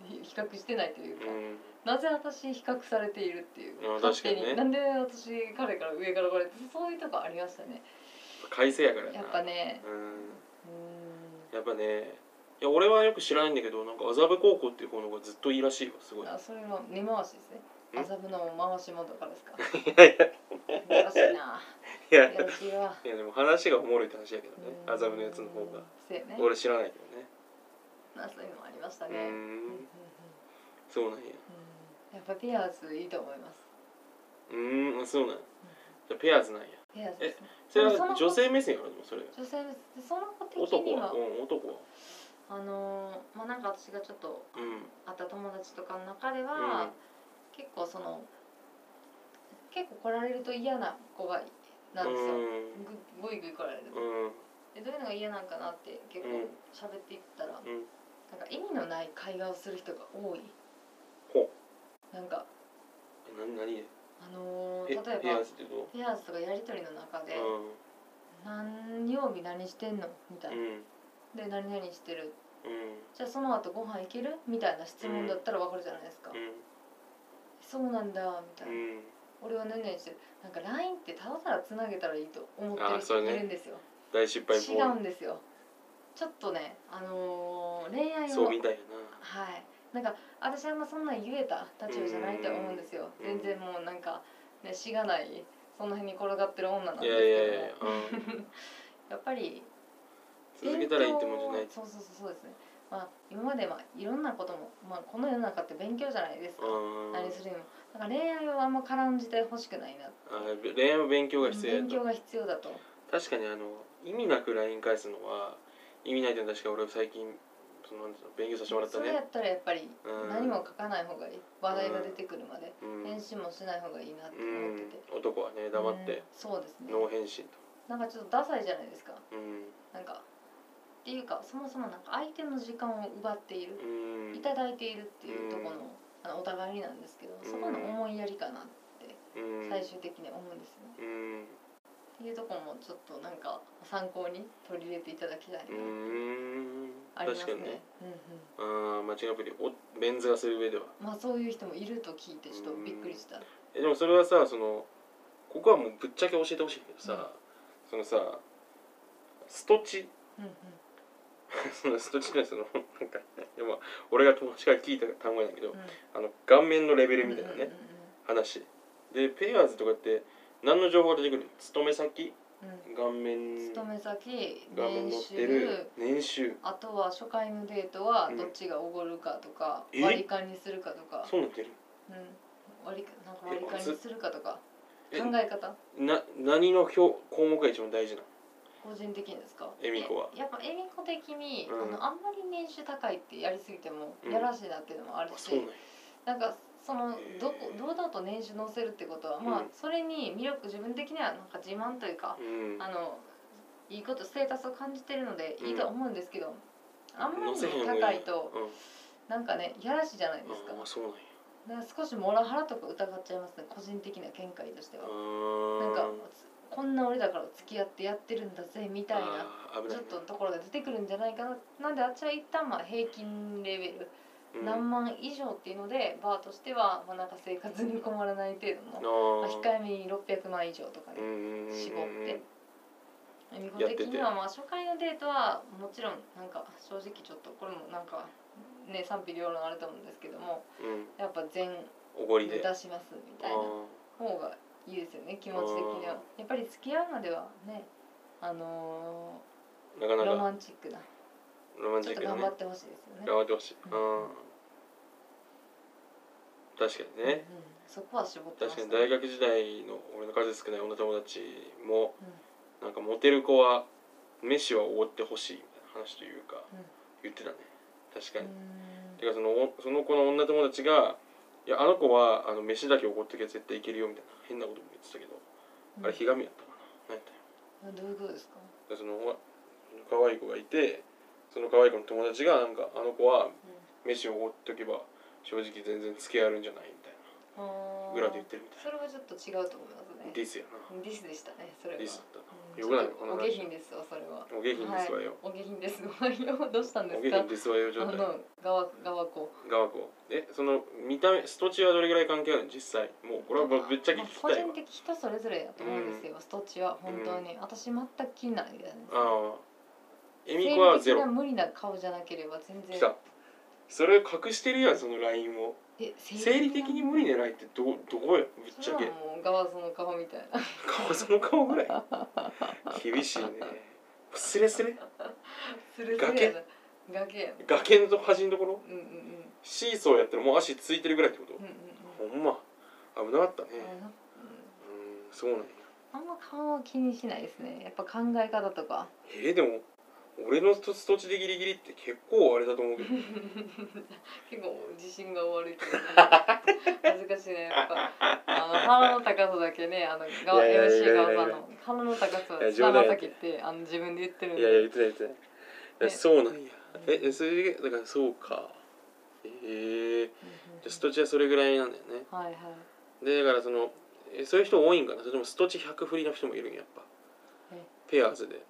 [SPEAKER 2] ひ比較してないという
[SPEAKER 1] う
[SPEAKER 2] か、
[SPEAKER 1] ん
[SPEAKER 2] なぜ私に比較されているっていう
[SPEAKER 1] あ
[SPEAKER 2] 勝手に
[SPEAKER 1] 確かにね
[SPEAKER 2] なんで私彼から上からバレてそういうとこありましたね
[SPEAKER 1] 改正やからな
[SPEAKER 2] やっぱね
[SPEAKER 1] うん
[SPEAKER 2] う
[SPEAKER 1] やっぱねいや俺はよく知らないんだけどなんか麻布高校っていう方の方がずっといいらしいよすごい
[SPEAKER 2] ーんあそれの根回しですね
[SPEAKER 1] ん
[SPEAKER 2] 麻布の回し者からですか
[SPEAKER 1] いやい
[SPEAKER 2] やらしいな
[SPEAKER 1] やい
[SPEAKER 2] や
[SPEAKER 1] や
[SPEAKER 2] らしいわ
[SPEAKER 1] いやでも話がおもろいって話やけどね
[SPEAKER 2] うん
[SPEAKER 1] 麻布のやつの方が
[SPEAKER 2] そうやね
[SPEAKER 1] 俺知らないけどね
[SPEAKER 2] まあそういうのもありました
[SPEAKER 1] う
[SPEAKER 2] ねうんうんうん
[SPEAKER 1] んそうなんや
[SPEAKER 2] うんやっぱピアーズいいと思います
[SPEAKER 1] うんあそうなんやじゃあペアーズなんや
[SPEAKER 2] ピアーズですね
[SPEAKER 1] それは女性目線やろでもそれ
[SPEAKER 2] 女性別でその子的
[SPEAKER 1] 男
[SPEAKER 2] に
[SPEAKER 1] は
[SPEAKER 2] は
[SPEAKER 1] うん男は
[SPEAKER 2] あのーまあなんか私がちょっと
[SPEAKER 1] うん
[SPEAKER 2] 会った友達とかの中で
[SPEAKER 1] う
[SPEAKER 2] は
[SPEAKER 1] ん、
[SPEAKER 2] 結構その結構来られると嫌な子がなんですよ、
[SPEAKER 1] う
[SPEAKER 2] ぐぐいぐい来られる、
[SPEAKER 1] んうん
[SPEAKER 2] でどういうのが嫌なんかなって結構
[SPEAKER 1] うん
[SPEAKER 2] 喋っていったら、
[SPEAKER 1] うん
[SPEAKER 2] なんか意味のない会話をする人が多い
[SPEAKER 1] ほ
[SPEAKER 2] なんか
[SPEAKER 1] うな何で
[SPEAKER 2] あのー
[SPEAKER 1] え
[SPEAKER 2] 例
[SPEAKER 1] ペ
[SPEAKER 2] え
[SPEAKER 1] ア
[SPEAKER 2] ば
[SPEAKER 1] ーズってどう
[SPEAKER 2] ペアーズとかやり取りの中で
[SPEAKER 1] う
[SPEAKER 2] 「何曜日何してんの?」みたい
[SPEAKER 1] ん
[SPEAKER 2] な
[SPEAKER 1] う
[SPEAKER 2] 「で何々してる
[SPEAKER 1] ん
[SPEAKER 2] じゃあその後ご飯行ける?」みたいな質問だったらわかるじゃないですか「
[SPEAKER 1] うん
[SPEAKER 2] そうなんだ」みたいな。
[SPEAKER 1] うん
[SPEAKER 2] 俺は何々してるなんか LINE ってただただつなげたらいいと思って
[SPEAKER 1] あー
[SPEAKER 2] る
[SPEAKER 1] それ
[SPEAKER 2] 人
[SPEAKER 1] ね
[SPEAKER 2] いるんですよ、
[SPEAKER 1] 大失敗
[SPEAKER 2] 違うんですよちょっとねあのー恋愛を
[SPEAKER 1] そう
[SPEAKER 2] はい
[SPEAKER 1] みたいや
[SPEAKER 2] なんか私あんまそんなん言えた立場じゃないと思うんですよ
[SPEAKER 1] うん
[SPEAKER 2] 全然もうなんかねしがないその辺に転がってる女なんです
[SPEAKER 1] ないや
[SPEAKER 2] けども
[SPEAKER 1] いやいやいや
[SPEAKER 2] やっぱり
[SPEAKER 1] 続けたらいいってもんじゃない
[SPEAKER 2] 勉強そうそうそうそうですねまあ今までまあいろんなことも、まあ、この世の中って勉強じゃないですか
[SPEAKER 1] うん
[SPEAKER 2] 何するにもだから恋愛はあんま絡んじてほしくないな
[SPEAKER 1] あ恋愛は勉強が必要や
[SPEAKER 2] 勉強
[SPEAKER 1] と
[SPEAKER 2] が必要だと
[SPEAKER 1] 確かにあの意味なく LINE 返すのは意味ないって確か俺最近そのなんていうの勉強させてもらった
[SPEAKER 2] それや
[SPEAKER 1] ね
[SPEAKER 2] ったらやっぱり
[SPEAKER 1] うん
[SPEAKER 2] 何も書かない方がいい話題が出てくるまで
[SPEAKER 1] うん
[SPEAKER 2] 返信もしない方がいいなって
[SPEAKER 1] う
[SPEAKER 2] 思っ
[SPEAKER 1] ん
[SPEAKER 2] てて、
[SPEAKER 1] 男はね黙っ
[SPEAKER 2] うん
[SPEAKER 1] て
[SPEAKER 2] そうですね
[SPEAKER 1] ノー返信と
[SPEAKER 2] なんかちょっとダサいじゃないですか
[SPEAKER 1] うん
[SPEAKER 2] なんかっていうかそもそもなんか相手の時間を奪っている
[SPEAKER 1] うん
[SPEAKER 2] いただいているっていうところ
[SPEAKER 1] うん
[SPEAKER 2] のあのお互いになんですけど
[SPEAKER 1] ん
[SPEAKER 2] そこの思いやりかな
[SPEAKER 1] うん
[SPEAKER 2] 最終的に思うんですね
[SPEAKER 1] うん
[SPEAKER 2] っていうところもちょっとなんか参考に取り入れていただきたいな
[SPEAKER 1] うん
[SPEAKER 2] あります
[SPEAKER 1] 確か
[SPEAKER 2] ね
[SPEAKER 1] にね
[SPEAKER 2] うんうん
[SPEAKER 1] あーマッチングアプリをメンズがする上では
[SPEAKER 2] まあそういう人もいると聞いてちょっとびっくりした
[SPEAKER 1] えでもそれはさそのここはもうぶっちゃけ教えてほしいけどさ、そのさストチ
[SPEAKER 2] うんうん
[SPEAKER 1] そのストチってそのなんかでも俺が友達から聞いた単語なんだけど、
[SPEAKER 2] うん
[SPEAKER 1] あの顔面のレベルみたいなね、話でペアーズとかって何の情報が出てくる勤め先
[SPEAKER 2] うんうんうん
[SPEAKER 1] 顔
[SPEAKER 2] うん
[SPEAKER 1] 面
[SPEAKER 2] 勤め先
[SPEAKER 1] 顔面
[SPEAKER 2] 年
[SPEAKER 1] 乗って
[SPEAKER 2] 収
[SPEAKER 1] る年収
[SPEAKER 2] あとは初回のデートは
[SPEAKER 1] うん
[SPEAKER 2] どっちがおごるかとか、
[SPEAKER 1] え
[SPEAKER 2] 割り勘にするかとか、
[SPEAKER 1] そうなってる
[SPEAKER 2] うん、割り勘なんか割り
[SPEAKER 1] え
[SPEAKER 2] 勘にするかとか
[SPEAKER 1] え
[SPEAKER 2] 考え方
[SPEAKER 1] な何の表項目が一番大事なの
[SPEAKER 2] 個人的にですか
[SPEAKER 1] 恵美子は
[SPEAKER 2] えやっぱ恵美子的に、
[SPEAKER 1] うん
[SPEAKER 2] あのあんまり年収高いってやりすぎても
[SPEAKER 1] うん
[SPEAKER 2] やらしいなっていうのもある
[SPEAKER 1] あ
[SPEAKER 2] し、
[SPEAKER 1] そうなんや
[SPEAKER 2] なんかそ
[SPEAKER 1] へ
[SPEAKER 2] の
[SPEAKER 1] ー
[SPEAKER 2] どこ堂々と年収乗せるってことは、まあ
[SPEAKER 1] うん
[SPEAKER 2] それに魅力自分的にはなんか自慢というか、
[SPEAKER 1] うん
[SPEAKER 2] あのいいことステータスを感じてるので
[SPEAKER 1] うん
[SPEAKER 2] いいとは思うんですけど、あんまり
[SPEAKER 1] 乗
[SPEAKER 2] ね
[SPEAKER 1] せへんの
[SPEAKER 2] 高いと
[SPEAKER 1] うん
[SPEAKER 2] なんかねやらしいじゃないですか
[SPEAKER 1] ああそうなんや
[SPEAKER 2] だから少しモラハラとか疑っちゃいますね個人的な見解としては
[SPEAKER 1] う。ー
[SPEAKER 2] なんかこんな俺だから付き合ってやってるんだぜみたいな
[SPEAKER 1] あー危
[SPEAKER 2] ち
[SPEAKER 1] な
[SPEAKER 2] ょ
[SPEAKER 1] い
[SPEAKER 2] っとところが出てくるんじゃないかななんであっちは一旦まあ平均レベル、何
[SPEAKER 1] 万
[SPEAKER 2] 万以上っていうのでバーとしてはまあなんか生活に困らない程度の、まあ、控えめに600万以上とかね、絞って恵美子的にはまあ初回のデートはもちろんなんか正直ちょっとこれもなんかね賛否両論あると思うんですけども
[SPEAKER 1] うん
[SPEAKER 2] やっぱ全
[SPEAKER 1] おご
[SPEAKER 2] 部
[SPEAKER 1] り
[SPEAKER 2] 出
[SPEAKER 1] で
[SPEAKER 2] しますみたいな方がいいですよね気持ち的に
[SPEAKER 1] う
[SPEAKER 2] は
[SPEAKER 1] ん
[SPEAKER 2] やっぱり付き合うまではねあの
[SPEAKER 1] なか
[SPEAKER 2] ー
[SPEAKER 1] な
[SPEAKER 2] ロマ
[SPEAKER 1] か
[SPEAKER 2] ンチックな
[SPEAKER 1] ロマン
[SPEAKER 2] ち
[SPEAKER 1] チ
[SPEAKER 2] ょっ
[SPEAKER 1] ック
[SPEAKER 2] と
[SPEAKER 1] だ
[SPEAKER 2] 頑
[SPEAKER 1] ね
[SPEAKER 2] 張ってほしいですよね
[SPEAKER 1] 頑張ってほしい
[SPEAKER 2] うん
[SPEAKER 1] うん確かにね
[SPEAKER 2] うんうんそこは絞ってま
[SPEAKER 1] 確
[SPEAKER 2] し
[SPEAKER 1] か
[SPEAKER 2] た
[SPEAKER 1] に
[SPEAKER 2] ね
[SPEAKER 1] 大学時代の俺の数少ない女友達もなんかモテる子は飯はおごってほしいみたいな話というか
[SPEAKER 2] うん
[SPEAKER 1] 言ってたね確か
[SPEAKER 2] うん
[SPEAKER 1] に
[SPEAKER 2] う
[SPEAKER 1] てかそのおその子の女友達が「いやあの子はあの飯だけおごっときゃ絶対いけるよ」みたいな変なことも言ってたけど
[SPEAKER 2] ん
[SPEAKER 1] あれひがみやったかな何やったんや
[SPEAKER 2] どういうことですか
[SPEAKER 1] でそのおその可愛い子がいてその可愛い子の友達がなんか「あの子は飯をおごっとけば正直全然付き合えるんじゃない」みたい
[SPEAKER 2] あ
[SPEAKER 1] な
[SPEAKER 2] ー
[SPEAKER 1] 裏で言ってるみたい
[SPEAKER 2] それはちょっと違うと思います
[SPEAKER 1] な
[SPEAKER 2] ね
[SPEAKER 1] ディスやな
[SPEAKER 2] ディスでしたねそれは
[SPEAKER 1] ディスだったな
[SPEAKER 2] うん
[SPEAKER 1] よくない
[SPEAKER 2] ちょっとお下品ですわそれは
[SPEAKER 1] お下品ですわよ、
[SPEAKER 2] お下品ですわよどうしたんで
[SPEAKER 1] お
[SPEAKER 2] す
[SPEAKER 1] 下
[SPEAKER 2] か
[SPEAKER 1] 品ですわよ
[SPEAKER 2] あ
[SPEAKER 1] 状態
[SPEAKER 2] の側側子
[SPEAKER 1] ガワコえその見た目ストチはどれぐらい関係あるの実際もうこれはもうぶっちゃけ聞きたい
[SPEAKER 2] まあ個人
[SPEAKER 1] わ
[SPEAKER 2] 的人それぞれだと思うんですよ、ストッチは本当に、私全く気ないですね
[SPEAKER 1] ああ恵美子はゼ
[SPEAKER 2] 生理的
[SPEAKER 1] ロ
[SPEAKER 2] な無理な顔じゃなければ全然
[SPEAKER 1] 来たそれ隠してるやんそのラインを
[SPEAKER 2] え
[SPEAKER 1] 生理的に無理狙いってどどこよぶっちゃ
[SPEAKER 2] それ
[SPEAKER 1] け
[SPEAKER 2] はもう側その顔みたい な
[SPEAKER 1] 顔その顔ぐらい厳しいねスレスレ
[SPEAKER 2] スレスレやな崖やな
[SPEAKER 1] 崖の端のところ
[SPEAKER 2] うんうん
[SPEAKER 1] シーソーやったらもう足ついてるぐらいってこと
[SPEAKER 2] うんうんうん
[SPEAKER 1] ほんま危なかったね
[SPEAKER 2] うんあのう
[SPEAKER 1] う
[SPEAKER 2] ん
[SPEAKER 1] んそうなんや
[SPEAKER 2] あんま顔は気にしないですねやっぱ考え方とか
[SPEAKER 1] えー、でも俺の土地でギリギリって結構あれだと思うけど
[SPEAKER 2] 結構自信が悪いというか 恥ずかしいねやっぱあの腹の高さだけねあの側
[SPEAKER 1] いやいやいやい
[SPEAKER 2] MC
[SPEAKER 1] や
[SPEAKER 2] 側さんの腹の高さ
[SPEAKER 1] いや
[SPEAKER 2] 菅
[SPEAKER 1] 冗談や
[SPEAKER 2] 田将
[SPEAKER 1] って
[SPEAKER 2] 暉ってあの自分で言ってるん
[SPEAKER 1] いやいや言
[SPEAKER 2] で
[SPEAKER 1] ってない言ってないいや、
[SPEAKER 2] ね
[SPEAKER 1] そうなんやえそれだからそうかええー、じゃあストチはそれぐらいなんだよね
[SPEAKER 2] はいはい
[SPEAKER 1] でだからそのえそういう人多いんかなそれともストチ100振りの人もいるんややっぱ
[SPEAKER 2] え
[SPEAKER 1] ペアーズで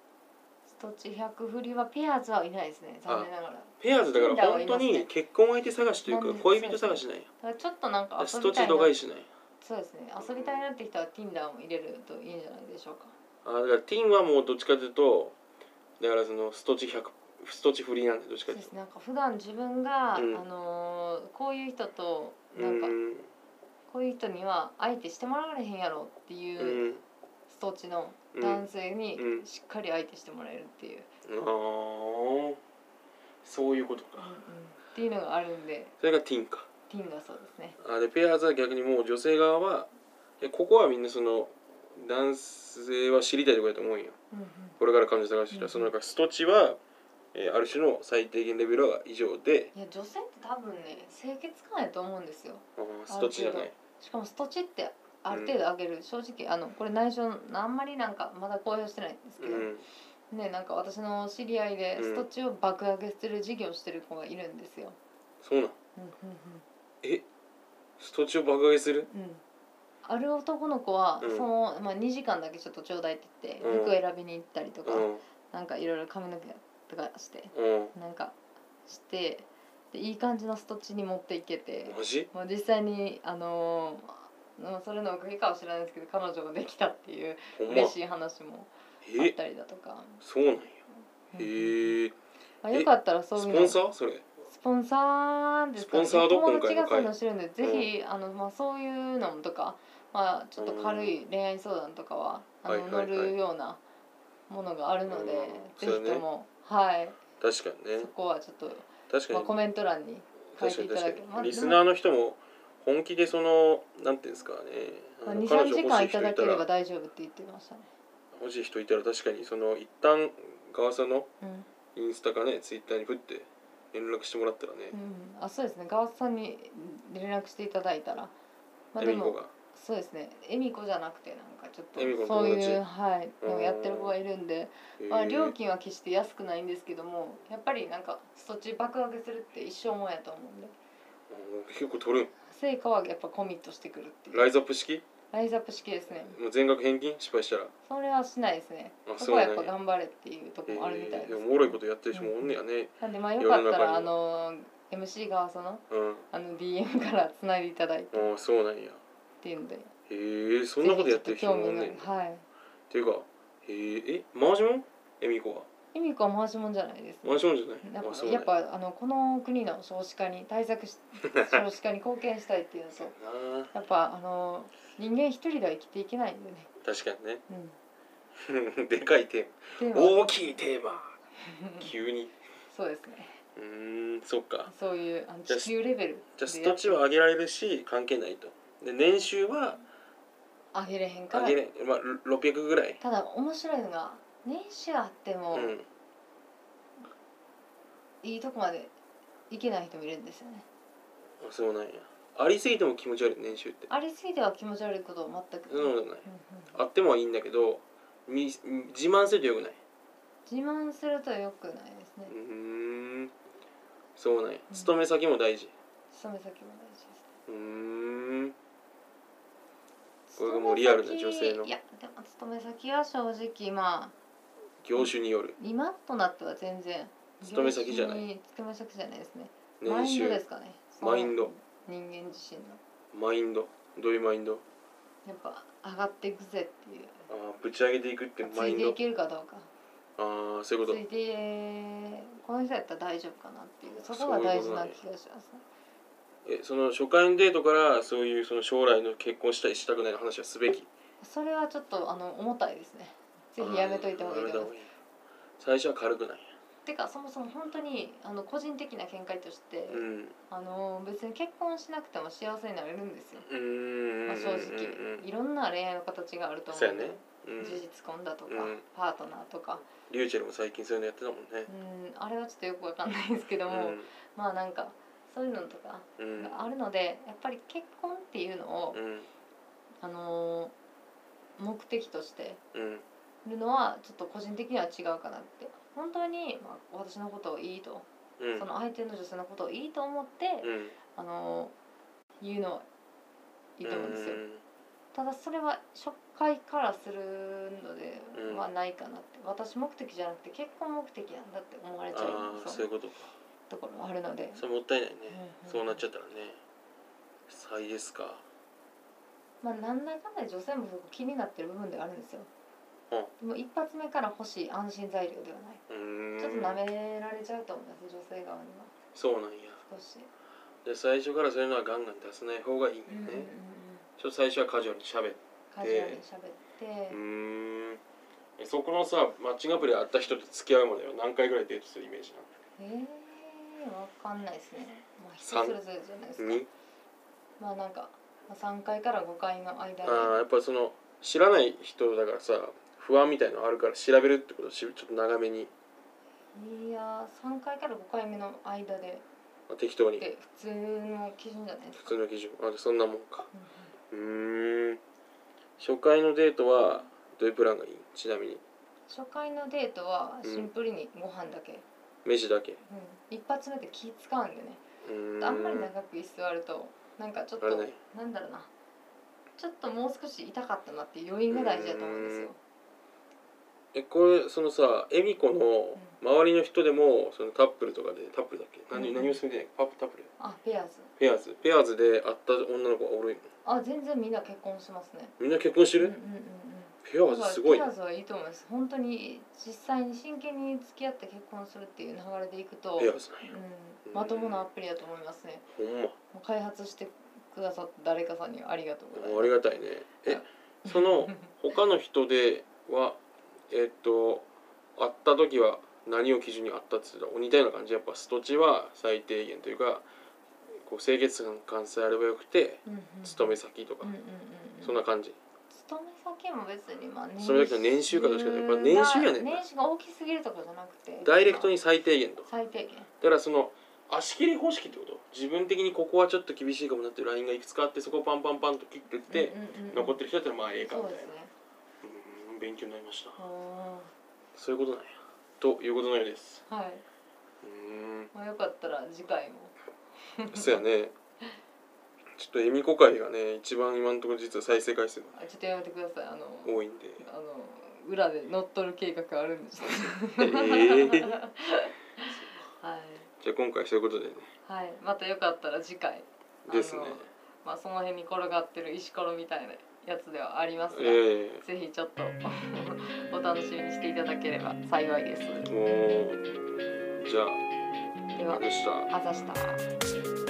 [SPEAKER 2] ストッチ100振りはペアーズはいないですね残念ながらだ
[SPEAKER 1] ペアーズだから
[SPEAKER 2] Tinder は
[SPEAKER 1] 本
[SPEAKER 2] い
[SPEAKER 1] 当
[SPEAKER 2] ますね
[SPEAKER 1] に結婚相手探しという
[SPEAKER 2] なん
[SPEAKER 1] か
[SPEAKER 2] で
[SPEAKER 1] 恋人探しなんや
[SPEAKER 2] からちょっとなんか
[SPEAKER 1] ス
[SPEAKER 2] 遊
[SPEAKER 1] ト
[SPEAKER 2] び
[SPEAKER 1] チ
[SPEAKER 2] たい
[SPEAKER 1] 度
[SPEAKER 2] な
[SPEAKER 1] 外視なんや
[SPEAKER 2] そうですね遊びたいなって人は Tinder も入れるといいんじゃないでしょうか
[SPEAKER 1] あだからティンはもうどっちかというとだからそのストチ100ストチ振りなんでどっち
[SPEAKER 2] そ
[SPEAKER 1] か
[SPEAKER 2] う
[SPEAKER 1] という
[SPEAKER 2] で
[SPEAKER 1] と
[SPEAKER 2] すねなんか普段自分が、
[SPEAKER 1] うん
[SPEAKER 2] あのーこういう人と
[SPEAKER 1] う
[SPEAKER 2] なんか
[SPEAKER 1] ん
[SPEAKER 2] こういう人には相手してもらわれへんやろって
[SPEAKER 1] う
[SPEAKER 2] いうんストッチの
[SPEAKER 1] うん
[SPEAKER 2] 男性に
[SPEAKER 1] うん
[SPEAKER 2] しっかり相手してもらえるっていう、
[SPEAKER 1] ああそういうこと
[SPEAKER 2] うんうん
[SPEAKER 1] か
[SPEAKER 2] っていうのがあるんで
[SPEAKER 1] それがティンか
[SPEAKER 2] Tinder そうですね
[SPEAKER 1] あでペアーズは逆にもう女性側はいやここはみんなその男性は知りたいところやと思うんよ
[SPEAKER 2] うんうん
[SPEAKER 1] これから彼女探してき
[SPEAKER 2] う
[SPEAKER 1] た
[SPEAKER 2] ん
[SPEAKER 1] その中ストチは、えーある種の最低限レベルは以上で
[SPEAKER 2] いや女性って多分ね清潔感やと思うんですよ
[SPEAKER 1] あーストチじゃない
[SPEAKER 2] しかもストチってある程度上げる、正直あのこれ内緒のあんまりなんかまだ公表してないんです
[SPEAKER 1] う
[SPEAKER 2] けど、
[SPEAKER 1] ん
[SPEAKER 2] ねなんか私の知り合いで
[SPEAKER 1] うん
[SPEAKER 2] ストチを爆上げする事業してる子がいるんですよ。
[SPEAKER 1] そうなん
[SPEAKER 2] うんうん
[SPEAKER 1] えストチを爆上げする
[SPEAKER 2] うんうんある男の子は、
[SPEAKER 1] うん
[SPEAKER 2] そのまあ、2時間だけちょっとちょうだいって言って、
[SPEAKER 1] うん
[SPEAKER 2] 服選びに行ったりと
[SPEAKER 1] う
[SPEAKER 2] か、
[SPEAKER 1] ん
[SPEAKER 2] なんかいろいろ髪の毛とかして
[SPEAKER 1] うん
[SPEAKER 2] なんかしてでいい感じのストッチに持っていけて、
[SPEAKER 1] マジ
[SPEAKER 2] もう実際にあのーうんそれのおかげかは知らないですけど彼女ができたっていう
[SPEAKER 1] ほんま
[SPEAKER 2] 嬉しい話もあっ
[SPEAKER 1] え
[SPEAKER 2] たりだとか、
[SPEAKER 1] そうなんや
[SPEAKER 2] うん
[SPEAKER 1] へえ
[SPEAKER 2] まあ、よかったらそう
[SPEAKER 1] ス
[SPEAKER 2] いう
[SPEAKER 1] ポ
[SPEAKER 2] の
[SPEAKER 1] ンサーそれ
[SPEAKER 2] スポンサーですかね
[SPEAKER 1] スポンサーどっかの
[SPEAKER 2] 友達が
[SPEAKER 1] 会
[SPEAKER 2] そういうのしてるんでぜひ、あのまあ、そういうのとか、まあ、ちょっと軽い恋愛相談とかは、あの
[SPEAKER 1] はいはいはい
[SPEAKER 2] 乗るようなものがあるので、
[SPEAKER 1] うん
[SPEAKER 2] ぜひとも、はい
[SPEAKER 1] 確かにね
[SPEAKER 2] そこはちょっと、
[SPEAKER 1] 確か
[SPEAKER 2] まあ、
[SPEAKER 1] に
[SPEAKER 2] コメント欄に書い
[SPEAKER 1] 確か
[SPEAKER 2] てい
[SPEAKER 1] に
[SPEAKER 2] ただ
[SPEAKER 1] 確
[SPEAKER 2] け
[SPEAKER 1] か
[SPEAKER 2] まあ
[SPEAKER 1] にリスナーの人も本気でそのなんていうんですかね
[SPEAKER 2] ま
[SPEAKER 1] あ
[SPEAKER 2] あ、
[SPEAKER 1] の
[SPEAKER 2] 23
[SPEAKER 1] 彼女
[SPEAKER 2] 時
[SPEAKER 1] 欲し
[SPEAKER 2] 間
[SPEAKER 1] い
[SPEAKER 2] いた
[SPEAKER 1] 人
[SPEAKER 2] だ
[SPEAKER 1] いた
[SPEAKER 2] ければ
[SPEAKER 1] ら
[SPEAKER 2] 大丈夫って言ってましたね、
[SPEAKER 1] 欲しい人いたら確かにその一旦川さんの
[SPEAKER 2] うん
[SPEAKER 1] インスタかねツイッターに振って連絡してもらったらね
[SPEAKER 2] うん、あそうですねガワスさんに連絡していただいたらまあ
[SPEAKER 1] 恵
[SPEAKER 2] で
[SPEAKER 1] 美子
[SPEAKER 2] も
[SPEAKER 1] が
[SPEAKER 2] そうですね恵美子じゃなくてなんかちょっ
[SPEAKER 1] 恵美子
[SPEAKER 2] と
[SPEAKER 1] の
[SPEAKER 2] そう
[SPEAKER 1] 友達
[SPEAKER 2] いうはいのをやってる子がいるんでまあ、
[SPEAKER 1] へえ
[SPEAKER 2] 料金は決して安くないんですけどもやっぱりなんかそっち爆上げするって一生もんやと思うんで
[SPEAKER 1] うん結構取るん
[SPEAKER 2] 成果はやっぱコミットしてくるってい
[SPEAKER 1] ラ
[SPEAKER 2] う
[SPEAKER 1] イズアップ式
[SPEAKER 2] ライズアップ式ですね
[SPEAKER 1] もう全額返金失敗したら
[SPEAKER 2] それはしないですね
[SPEAKER 1] あそ
[SPEAKER 2] そ
[SPEAKER 1] う
[SPEAKER 2] こは
[SPEAKER 1] な
[SPEAKER 2] やっ
[SPEAKER 1] ん
[SPEAKER 2] ぱ
[SPEAKER 1] や
[SPEAKER 2] 頑張れっていうとこ
[SPEAKER 1] え
[SPEAKER 2] もあるみたいです、
[SPEAKER 1] ーおもろいことやってる人もおんねやね
[SPEAKER 2] なんでまあよかったら
[SPEAKER 1] 世
[SPEAKER 2] あ
[SPEAKER 1] の
[SPEAKER 2] の MC 側その
[SPEAKER 1] うん
[SPEAKER 2] あの DM からつないでいただいて
[SPEAKER 1] ああそうなんや
[SPEAKER 2] っていうので
[SPEAKER 1] へえそんなことやってる人もおんね
[SPEAKER 2] ぜ
[SPEAKER 1] ん
[SPEAKER 2] ひちょっと興味がはい
[SPEAKER 1] っていうかへええマージョン恵美子は
[SPEAKER 2] 意味子は回しもんじゃないです、
[SPEAKER 1] マージョンじゃない
[SPEAKER 2] やっ
[SPEAKER 1] あそ
[SPEAKER 2] ぱ
[SPEAKER 1] う
[SPEAKER 2] やっ
[SPEAKER 1] なん
[SPEAKER 2] ぱあのこの国の少子化に対策し少子化に貢献したいっていう のと
[SPEAKER 1] なあ
[SPEAKER 2] やっぱあの人間一人では生きていけないんでね。
[SPEAKER 1] 確かにね
[SPEAKER 2] うん。
[SPEAKER 1] でかいテ
[SPEAKER 2] で
[SPEAKER 1] ー
[SPEAKER 2] は
[SPEAKER 1] マ大きいテーマ急に
[SPEAKER 2] そうですね。
[SPEAKER 1] うーんそっか
[SPEAKER 2] そういうあの
[SPEAKER 1] じゃあ
[SPEAKER 2] 地球レベル
[SPEAKER 1] じゃあス
[SPEAKER 2] で
[SPEAKER 1] タ
[SPEAKER 2] や
[SPEAKER 1] ッチは上げられるし関係ないとで年収は
[SPEAKER 2] 上げれへんか
[SPEAKER 1] 上
[SPEAKER 2] ら
[SPEAKER 1] げ。れ、まあ、ろ600ぐらい
[SPEAKER 2] ただ面白いのが年収あっても、
[SPEAKER 1] うん
[SPEAKER 2] いいとこまでいけない人もいるんですよね。
[SPEAKER 1] あそうなんやありすぎても気持ち悪い年収って
[SPEAKER 2] ありすぎては気持ち悪いことを全く
[SPEAKER 1] そん
[SPEAKER 2] な
[SPEAKER 1] な
[SPEAKER 2] い。うんうん
[SPEAKER 1] ことないあってもいいんだけどみ自慢するとよくないう
[SPEAKER 2] 自慢すると良くないですね
[SPEAKER 1] ー。んそうなんや勤め先も大事
[SPEAKER 2] 勤め先も大事です。
[SPEAKER 1] うーんこれがもうリアルな女性の
[SPEAKER 2] 勤め先いやでも勤め先は正直まあ
[SPEAKER 1] 業種による
[SPEAKER 2] 今となっては全然
[SPEAKER 1] 勤め先じゃない
[SPEAKER 2] い勤め先じゃないですねマ
[SPEAKER 1] 年
[SPEAKER 2] インド
[SPEAKER 1] 収
[SPEAKER 2] ですかね
[SPEAKER 1] マインド
[SPEAKER 2] その人間自身の
[SPEAKER 1] マインドどういうマインド
[SPEAKER 2] やっぱ上がっていくぜっていう
[SPEAKER 1] あーぶち上げていくって
[SPEAKER 2] つ
[SPEAKER 1] マイ
[SPEAKER 2] い
[SPEAKER 1] ン
[SPEAKER 2] て
[SPEAKER 1] ド
[SPEAKER 2] いけるかどうか
[SPEAKER 1] ああそういうこ
[SPEAKER 2] つ
[SPEAKER 1] と
[SPEAKER 2] いてこの人やったら大丈夫かなっていうそこが大事な気がしますね
[SPEAKER 1] えその初回のデートからそういうその将来の結婚したいしたくないの話はすべき
[SPEAKER 2] それはちょっとあの重たいですねぜひやめといた方がい
[SPEAKER 1] あーや
[SPEAKER 2] いと思います
[SPEAKER 1] めた方がいい最初は軽くない
[SPEAKER 2] てかそもそも本当にあの個人的な見解として、
[SPEAKER 1] うんう
[SPEAKER 2] あの別に結婚しなくても幸せになれるんですよ、
[SPEAKER 1] ーん
[SPEAKER 2] まあ、正直
[SPEAKER 1] うん
[SPEAKER 2] いろんな恋愛の形があると思
[SPEAKER 1] そう
[SPEAKER 2] う
[SPEAKER 1] や
[SPEAKER 2] んで
[SPEAKER 1] ねうん
[SPEAKER 2] 事実婚だとか、
[SPEAKER 1] うん
[SPEAKER 2] パートナーとか
[SPEAKER 1] リューチェルも最近そういうのやってたもんね
[SPEAKER 2] うんあれはちょっとよくわかんないですけども、まあなんかそういうのとか
[SPEAKER 1] うんうん
[SPEAKER 2] があるので、やっぱり結婚っていうのを、
[SPEAKER 1] うん
[SPEAKER 2] あのー目的として
[SPEAKER 1] うん
[SPEAKER 2] るのはちょっと個人的には違うかなって本当に、まあ、私のことをいいと、
[SPEAKER 1] うん
[SPEAKER 2] その相手の女性のことをいいと思って、
[SPEAKER 1] うん
[SPEAKER 2] あのー言うのはいいと思うんですよ、ただそれは初回からするので
[SPEAKER 1] うん
[SPEAKER 2] はないかなって、私目的じゃなくて結婚目的なんだって思われちゃ
[SPEAKER 1] あ
[SPEAKER 2] う
[SPEAKER 1] あ
[SPEAKER 2] そ
[SPEAKER 1] そういううことか
[SPEAKER 2] ところはあるので
[SPEAKER 1] それもったいないね
[SPEAKER 2] うんうん
[SPEAKER 1] そうなっちゃったらね最ですか
[SPEAKER 2] まあ、なんだかんだで女性もそこ気になってる部分ではあるんですよ。
[SPEAKER 1] う
[SPEAKER 2] でも一発目から欲しい安心材料ではない。
[SPEAKER 1] うーん
[SPEAKER 2] ちょっと舐められちゃうと思います、女性側には
[SPEAKER 1] そうなんや
[SPEAKER 2] 少し。
[SPEAKER 1] で最初からそういうのはガンガン出さない方がいいんだ
[SPEAKER 2] うんうんうん
[SPEAKER 1] よ
[SPEAKER 2] うん
[SPEAKER 1] ねちょっと最初はカジュアルにしゃべって
[SPEAKER 2] カジュアルに喋って
[SPEAKER 1] う、ーんえそこのさマッチングアプリで会った人と付き合うまでは何回ぐらいデートするイメージ
[SPEAKER 2] えー、わかんないですね。まあ人それぞれじゃないです
[SPEAKER 1] な
[SPEAKER 2] か
[SPEAKER 1] の。に
[SPEAKER 2] まあなんか、まあ、3回から5回の間
[SPEAKER 1] あ
[SPEAKER 2] に、
[SPEAKER 1] ーやっぱりその知らない人だからさ不安みたいのあるから調べるってことをしちょっと長めに、
[SPEAKER 2] いやー、3回から5回目の間で、
[SPEAKER 1] まあ、適当に
[SPEAKER 2] で普通の基準じゃないで
[SPEAKER 1] 普
[SPEAKER 2] すか。
[SPEAKER 1] 通の基準あそんなもんか
[SPEAKER 2] うんうん
[SPEAKER 1] うーん初回のデートはどういうプランがいいちなみに
[SPEAKER 2] 初回のデートはシンプルにご飯だけ。
[SPEAKER 1] 飯だけ
[SPEAKER 2] うん、一発目って気使うんでね、
[SPEAKER 1] うーん
[SPEAKER 2] あんまり長く椅子座るとなんかちょっ
[SPEAKER 1] あれ
[SPEAKER 2] と、
[SPEAKER 1] ね
[SPEAKER 2] なんだろうなちょっともう少し痛かったなっていう余韻が大事だと思うんです
[SPEAKER 1] う
[SPEAKER 2] よ
[SPEAKER 1] えこれそのさ恵美子の周りの人でもそのタップルとかでタップルだっけ何,、
[SPEAKER 2] うん
[SPEAKER 1] 何をするんじゃないパップタップル
[SPEAKER 2] あペアーズ
[SPEAKER 1] ペアーズペアーズで会った女の子がおるん
[SPEAKER 2] あ全然みんな結婚しますね
[SPEAKER 1] みんな結婚して
[SPEAKER 2] うん
[SPEAKER 1] る、
[SPEAKER 2] うんうんうん
[SPEAKER 1] ペアーズすごい
[SPEAKER 2] だ
[SPEAKER 1] ね
[SPEAKER 2] からペアーズはいいと思います本当に実際に真剣に付き合って結婚するっていう流れでいくと、
[SPEAKER 1] ペアーズなんや
[SPEAKER 2] うん、まともなアプリだと思いますね
[SPEAKER 1] ほんま
[SPEAKER 2] もう開発してくださった誰かさんにはありがとうござい
[SPEAKER 1] もう
[SPEAKER 2] ま
[SPEAKER 1] ありが
[SPEAKER 2] す
[SPEAKER 1] たいねえその他の人ではえっと会った時は何を基準に会ったっつうの似たような感じやっぱストチは最低限というかこう清潔感さえあればよくて
[SPEAKER 2] うんうん
[SPEAKER 1] 勤め先とか、
[SPEAKER 2] うんうんうんうん
[SPEAKER 1] そんな感じ
[SPEAKER 2] 勤め先も別にまあ
[SPEAKER 1] 勤め先の年収かどうかだけどやっぱ年収やねんな
[SPEAKER 2] 年収が大きすぎるとかじゃなくて
[SPEAKER 1] ダイレクトに最低限と
[SPEAKER 2] 最低限
[SPEAKER 1] だからその足切り方式ってこと自分的にここはちょっと厳しいかもなっていうラインがいくつかあってそこをパンパンパンと切ってって、
[SPEAKER 2] うんうんうん
[SPEAKER 1] 残ってる人だったらまあええかみ
[SPEAKER 2] そ
[SPEAKER 1] たい
[SPEAKER 2] うで
[SPEAKER 1] な
[SPEAKER 2] すね
[SPEAKER 1] うーん勉強になりました
[SPEAKER 2] あ
[SPEAKER 1] そういうことなんやということのようです
[SPEAKER 2] ーはいう
[SPEAKER 1] ーん
[SPEAKER 2] まあよかったら次回も
[SPEAKER 1] そうやねちょっと恵美子会がね一番今のところ実は再生回数が
[SPEAKER 2] あちょっとやめてくださいあの
[SPEAKER 1] 多いんで
[SPEAKER 2] あの裏で乗っ取る計画あるんです
[SPEAKER 1] えー
[SPEAKER 2] はい
[SPEAKER 1] じゃあ今回そういうことでね
[SPEAKER 2] はいまたよかったら次回
[SPEAKER 1] ですね
[SPEAKER 2] あのまあその辺に転がってる石ころみたいなやつではありますが、
[SPEAKER 1] ええ
[SPEAKER 2] ぜひちょっとお楽しみにしていただければ幸いです
[SPEAKER 1] もうじゃあ
[SPEAKER 2] で
[SPEAKER 1] あ
[SPEAKER 2] は
[SPEAKER 1] れでした
[SPEAKER 2] あざした。
[SPEAKER 1] 「